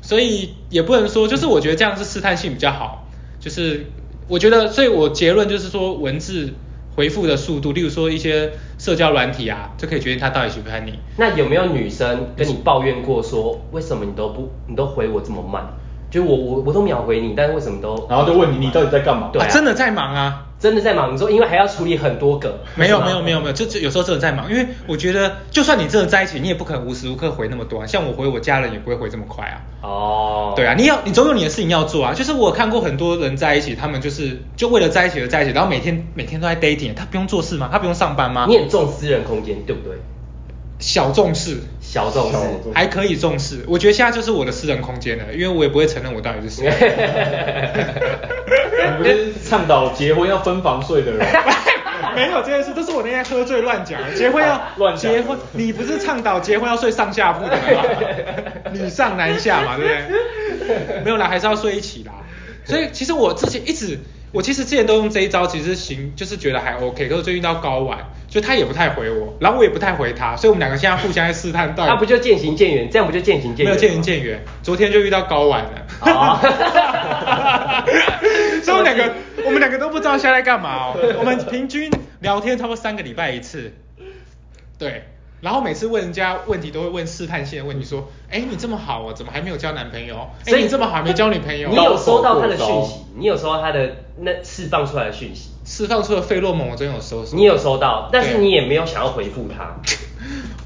Speaker 1: 所以也不能说，就是我觉得这样是试探性比较好。就是我觉得，所以我结论就是说，文字回复的速度，例如说一些社交软体啊，就可以决定他到底喜不喜欢你。
Speaker 2: 那有没有女生跟你抱怨过说，为什么你都不你都回我这么慢？就我我我都秒回你，但是为什么都
Speaker 3: 然后就问你你到底在干嘛？
Speaker 2: 对啊
Speaker 1: 真的在忙啊。
Speaker 2: 真的在忙？你说因为还要处理很多个，
Speaker 1: 没有
Speaker 2: 是吗
Speaker 1: 没有没有没有，就就有时候真的在忙，因为我觉得就算你真的在一起，你也不可能无时无刻回那么多、啊，像我回我家人也不会回这么快啊。
Speaker 2: 哦，
Speaker 1: 对啊，你要你总有你的事情要做啊。就是我有看过很多人在一起，他们就是就为了在一起而在一起，然后每天每天都在 dating，他不用做事吗？他不用上班吗
Speaker 2: 你？很重私人空间，对不对？
Speaker 1: 小重视，
Speaker 2: 小众
Speaker 3: 小
Speaker 2: 是
Speaker 3: 众
Speaker 1: 还可以重视。我觉得现在就是我的私人空间了，因为我也不会承认我到底是 谁。
Speaker 3: 你不是倡导结婚要分房睡的人？
Speaker 1: 没有这件事，都是我那天喝醉乱 讲的。结婚要
Speaker 2: 啊
Speaker 3: 乱讲
Speaker 1: 结婚，你不是倡导结婚要睡上下铺的 吗？女上男下嘛，对不对？没有啦，还是要睡一起啦。所以其实我之前一直，我其实之前都用这一招，其实行，就是觉得还 OK。可是最近遇到高玩，就他也不太回我，然后我也不太回他，所以我们两个现在互相在试探到底。
Speaker 2: 那不就渐行渐远？这样不就渐行渐
Speaker 1: 没
Speaker 2: 远？
Speaker 1: 有渐行。渐远，哎昨天就遇到高玩了。
Speaker 2: 哦
Speaker 1: 所以我们两个，我们两个都不知道现在在干嘛哦。我们平均聊天差不多三个礼拜一次，对。然后每次问人家问题，都会问试探性的问题，说：“哎，你这么好哦，怎么还没有交男朋友？哎，
Speaker 2: 所以
Speaker 1: 你这么好还没交女朋友哦
Speaker 2: 你？”有收到他的
Speaker 3: 高手过
Speaker 2: 讯
Speaker 3: 招
Speaker 2: 息，你有收到他的那释放出来的讯息，
Speaker 1: 释放出的费洛蒙，我真有收拾。
Speaker 2: 你有？收到，但是
Speaker 1: 对
Speaker 2: 你也没有想要回复他。嗯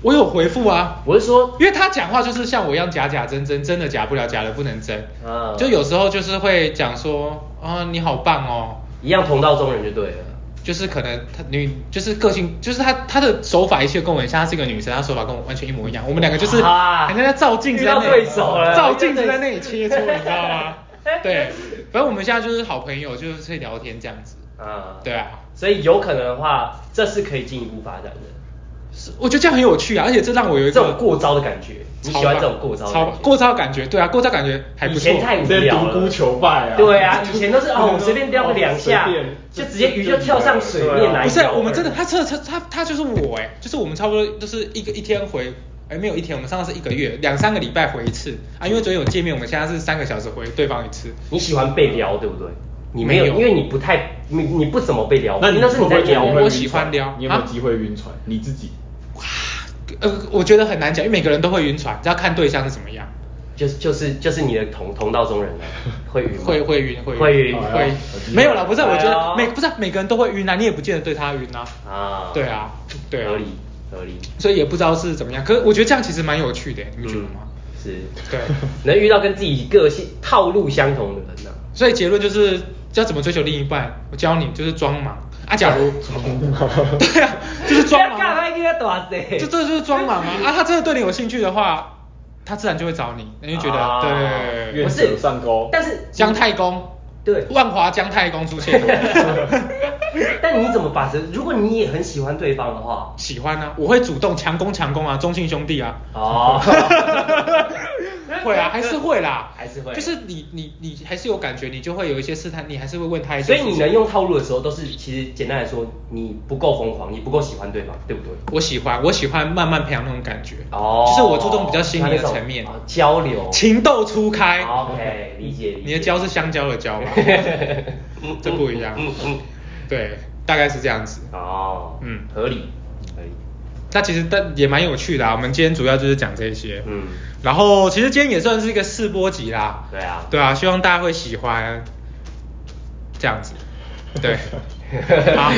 Speaker 1: 我有回复啊。
Speaker 2: 我是说，
Speaker 1: 因为他讲话就是像我一样假假真真，真的假不了，假的不能真。
Speaker 2: 啊
Speaker 1: 就有时候就是会讲说，啊，你好棒哦，
Speaker 2: 一样同道中人就对了。
Speaker 1: 就是可能她女就是个性，就是她她的手法一切跟我很像，她是一个女生，她手法跟我完全一模一样。我们两个就是
Speaker 2: 啊
Speaker 1: 很像在照镜子在那里
Speaker 2: 遇到对手了？
Speaker 1: 照镜子在那里切磋，你知道吗 对，反正我们现在就是好朋友，就是会聊天这样子。
Speaker 2: 啊，
Speaker 1: 对啊，
Speaker 2: 所以有可能的话，这是可以进一步发展的。
Speaker 1: 是我觉得这样很有趣啊，而且这让我有一
Speaker 2: 这
Speaker 1: 个
Speaker 2: 种过招的感觉，你喜欢这种过招的
Speaker 1: 超
Speaker 2: 感
Speaker 1: 棒
Speaker 2: 觉？
Speaker 1: 过招的感觉，对啊，过招感觉还不
Speaker 2: 以
Speaker 1: 错。
Speaker 2: 前太无
Speaker 3: 你在
Speaker 2: 聊
Speaker 3: 独
Speaker 2: 了。
Speaker 3: 孤求败啊？
Speaker 2: 对啊，以前都是 哦，我随便撩
Speaker 3: 个
Speaker 2: 个两下，就直接鱼就跳上水面来。
Speaker 1: 啊不是，我们真的，他真的他他他就是我哎，就是我们差不多就是一个一天回，哎没有一天，我们上次是一个月，两三个礼拜回一次啊，因为昨天有见面，我们现在是三个小时回对方一次。
Speaker 2: 你喜欢被撩，对不对？你没有，
Speaker 1: 没有
Speaker 2: 因为你不太，你你不怎么被撩，
Speaker 3: 那你
Speaker 2: 那是
Speaker 3: 会
Speaker 2: 你
Speaker 3: 不
Speaker 2: 在
Speaker 3: 会觉得
Speaker 2: 撩
Speaker 3: 你
Speaker 1: 我
Speaker 3: 会晕船
Speaker 1: 喜欢撩
Speaker 3: 你有没有
Speaker 1: 啊
Speaker 3: 机会晕船？你自己？
Speaker 1: 呃，我觉得很难讲，因为每个人都会晕船，要看对象是怎么样。
Speaker 2: 就是就是就是你的同同道中人 啊，会晕吗
Speaker 1: 会会晕会
Speaker 2: 会晕
Speaker 1: 会晕
Speaker 3: 哎呦
Speaker 1: 没有啦，不是，
Speaker 2: 哎呦
Speaker 1: 我觉得每不是每个人都会晕啊，你也不见得对他晕啊。
Speaker 2: 啊
Speaker 1: 对啊，对啊
Speaker 2: 合理合理，
Speaker 1: 所以也不知道是怎么样，可是我觉得这样其实蛮有趣的，你们觉得吗？
Speaker 2: 嗯是
Speaker 1: 对，
Speaker 2: 能遇到跟自己个性套路相同的人啊。
Speaker 1: 所以结论就是要怎么追求另一半，我教你就是装忙啊。假 如对啊，就是装
Speaker 2: 不要干
Speaker 1: 忙，
Speaker 2: 那个大事
Speaker 1: 这这就是装忙啊。啊，他真的对你有兴趣的话，他自然就会找你，那就觉得、
Speaker 2: 啊
Speaker 1: 对对对，
Speaker 2: 我
Speaker 3: 愿
Speaker 2: 是
Speaker 3: 者上钩
Speaker 2: 但是
Speaker 1: 姜太公，
Speaker 2: 对
Speaker 1: 万华姜太公出 现，
Speaker 2: 但你怎么把这？如果你也很喜欢对方的话，
Speaker 1: 喜欢啊，我会主动强攻强攻啊，中信兄弟啊，
Speaker 2: 哦，
Speaker 1: 会啊，还是会啦，
Speaker 2: 还是会
Speaker 1: 就是你你你还是有感觉，你就会有一些试探，你还是会问他一些
Speaker 2: 所
Speaker 1: 事
Speaker 2: 以
Speaker 1: 情，
Speaker 2: 你能用套路的时候，都是其实简单来说，你不够疯狂，你不够喜欢对方，对不对？
Speaker 1: 我喜欢，我喜欢慢慢培养那种感觉。
Speaker 2: 哦，
Speaker 1: 就是我注重比较心理的层面
Speaker 2: 那，种哦交 流。啊哦
Speaker 1: 情窦初开。
Speaker 2: OK，理解理解。
Speaker 1: 你的交是香蕉的蕉 吧？这不一
Speaker 2: 嗯
Speaker 1: 样。对，大概是这样子。
Speaker 2: 哦，
Speaker 1: 嗯
Speaker 2: 合理，合理。
Speaker 1: 那其实但也蛮有趣的啊。我们今天主要就是讲这些。
Speaker 2: 嗯
Speaker 1: 然后其实今天也算是一个试播集啦。
Speaker 2: 对啊
Speaker 1: 对啊，希望大家会喜欢这样子。 对。好，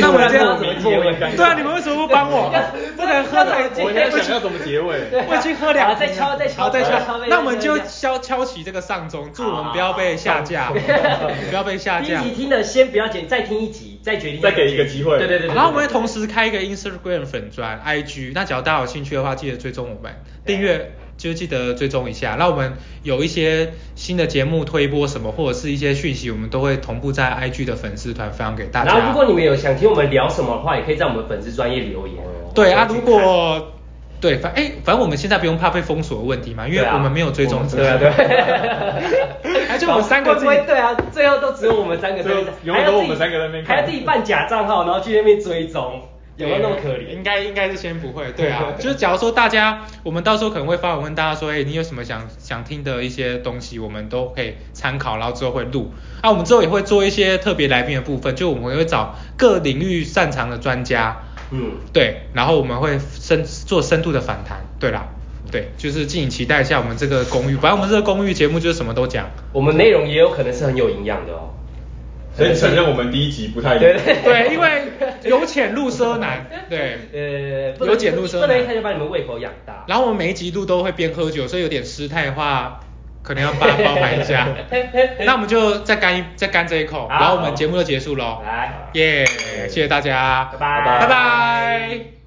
Speaker 1: 那我们今
Speaker 2: 要怎么
Speaker 1: 天
Speaker 2: 结尾
Speaker 1: 对啊，你们为什么不帮我？ 不能喝太
Speaker 2: 我
Speaker 3: 我
Speaker 2: 应
Speaker 3: 应
Speaker 2: 该
Speaker 3: 该
Speaker 2: 想
Speaker 3: 想
Speaker 2: 要
Speaker 3: 要怎么结尾？
Speaker 1: 我已经喝两
Speaker 2: 啊好
Speaker 1: 瓶了，啊
Speaker 2: 再敲再敲
Speaker 1: 好再
Speaker 2: 再
Speaker 1: 敲
Speaker 2: 敲再敲。
Speaker 1: 那我们就
Speaker 2: 再敲
Speaker 1: 敲敲起这个丧钟，祝我们不要被下架， 不要被下架
Speaker 2: 第一。集听的先不要剪，再听一集，再决定。
Speaker 3: 再给一个机会
Speaker 2: 对对对。对
Speaker 1: 然后我们会同时开一个 Instagram 粉专 IG，那只要大家有兴趣的话，记得追踪我们，
Speaker 2: 对
Speaker 1: 订阅就记得追踪一下。那我们有一些新的节目推播什么，或者是一些讯息，我们都会同步在 IG 的粉丝团分享给大家。
Speaker 2: 然后如果你们有想听我们聊什么的话，也可以在我们粉丝专业留言。
Speaker 1: 对啊，
Speaker 2: 我们
Speaker 1: 如
Speaker 2: 去看
Speaker 1: 果对反哎、反正我们现在不用怕被封锁的问题嘛，因为
Speaker 2: 对啊
Speaker 1: 我们没有追踪者。
Speaker 2: 对啊对啊
Speaker 1: 对而且我们三个
Speaker 2: 会
Speaker 1: 自
Speaker 2: 不
Speaker 1: 己
Speaker 2: 会对啊？最后都只有我们三个在那边
Speaker 3: 最后永远都我们三个在那边看
Speaker 2: 还要自己办假账号，然后去那边追踪，有没有那么可怜？
Speaker 1: 应该应该是先不会，对 啊，就是假如说大家，我们到时候可能会发文问大家说，哎、你有什么想想听的一些东西，我们都可以参考，然后之后会录。啊，我们之后也会做一些特别来宾的部分，就我们会找各领域擅长的专家，
Speaker 2: 嗯，
Speaker 1: 对，然后我们会深做深度的访谈，对啦，对，就是敬请期待一下我们这个公寓，反正我们这个公寓节目就是什么都讲，
Speaker 2: 我们内容也有可能是很有营养的哦。
Speaker 3: 所以承认我们第一集不太一
Speaker 2: 对
Speaker 3: 样。
Speaker 2: 对
Speaker 1: 对，因为由浅入奢难，对。
Speaker 2: 呃，不
Speaker 1: 由
Speaker 2: 能
Speaker 1: 俭入奢
Speaker 2: 不能
Speaker 1: 难
Speaker 2: 一开始把你们胃口养大。
Speaker 1: 然后我们每一集录都会边喝酒，所以有点失态的话，可能要包包含一 下。那我们就再干一再干这一口，
Speaker 2: 好
Speaker 1: 然后我们节目就结束喽。
Speaker 2: 来，
Speaker 1: 耶谢谢大家，
Speaker 2: 拜拜
Speaker 1: 拜拜。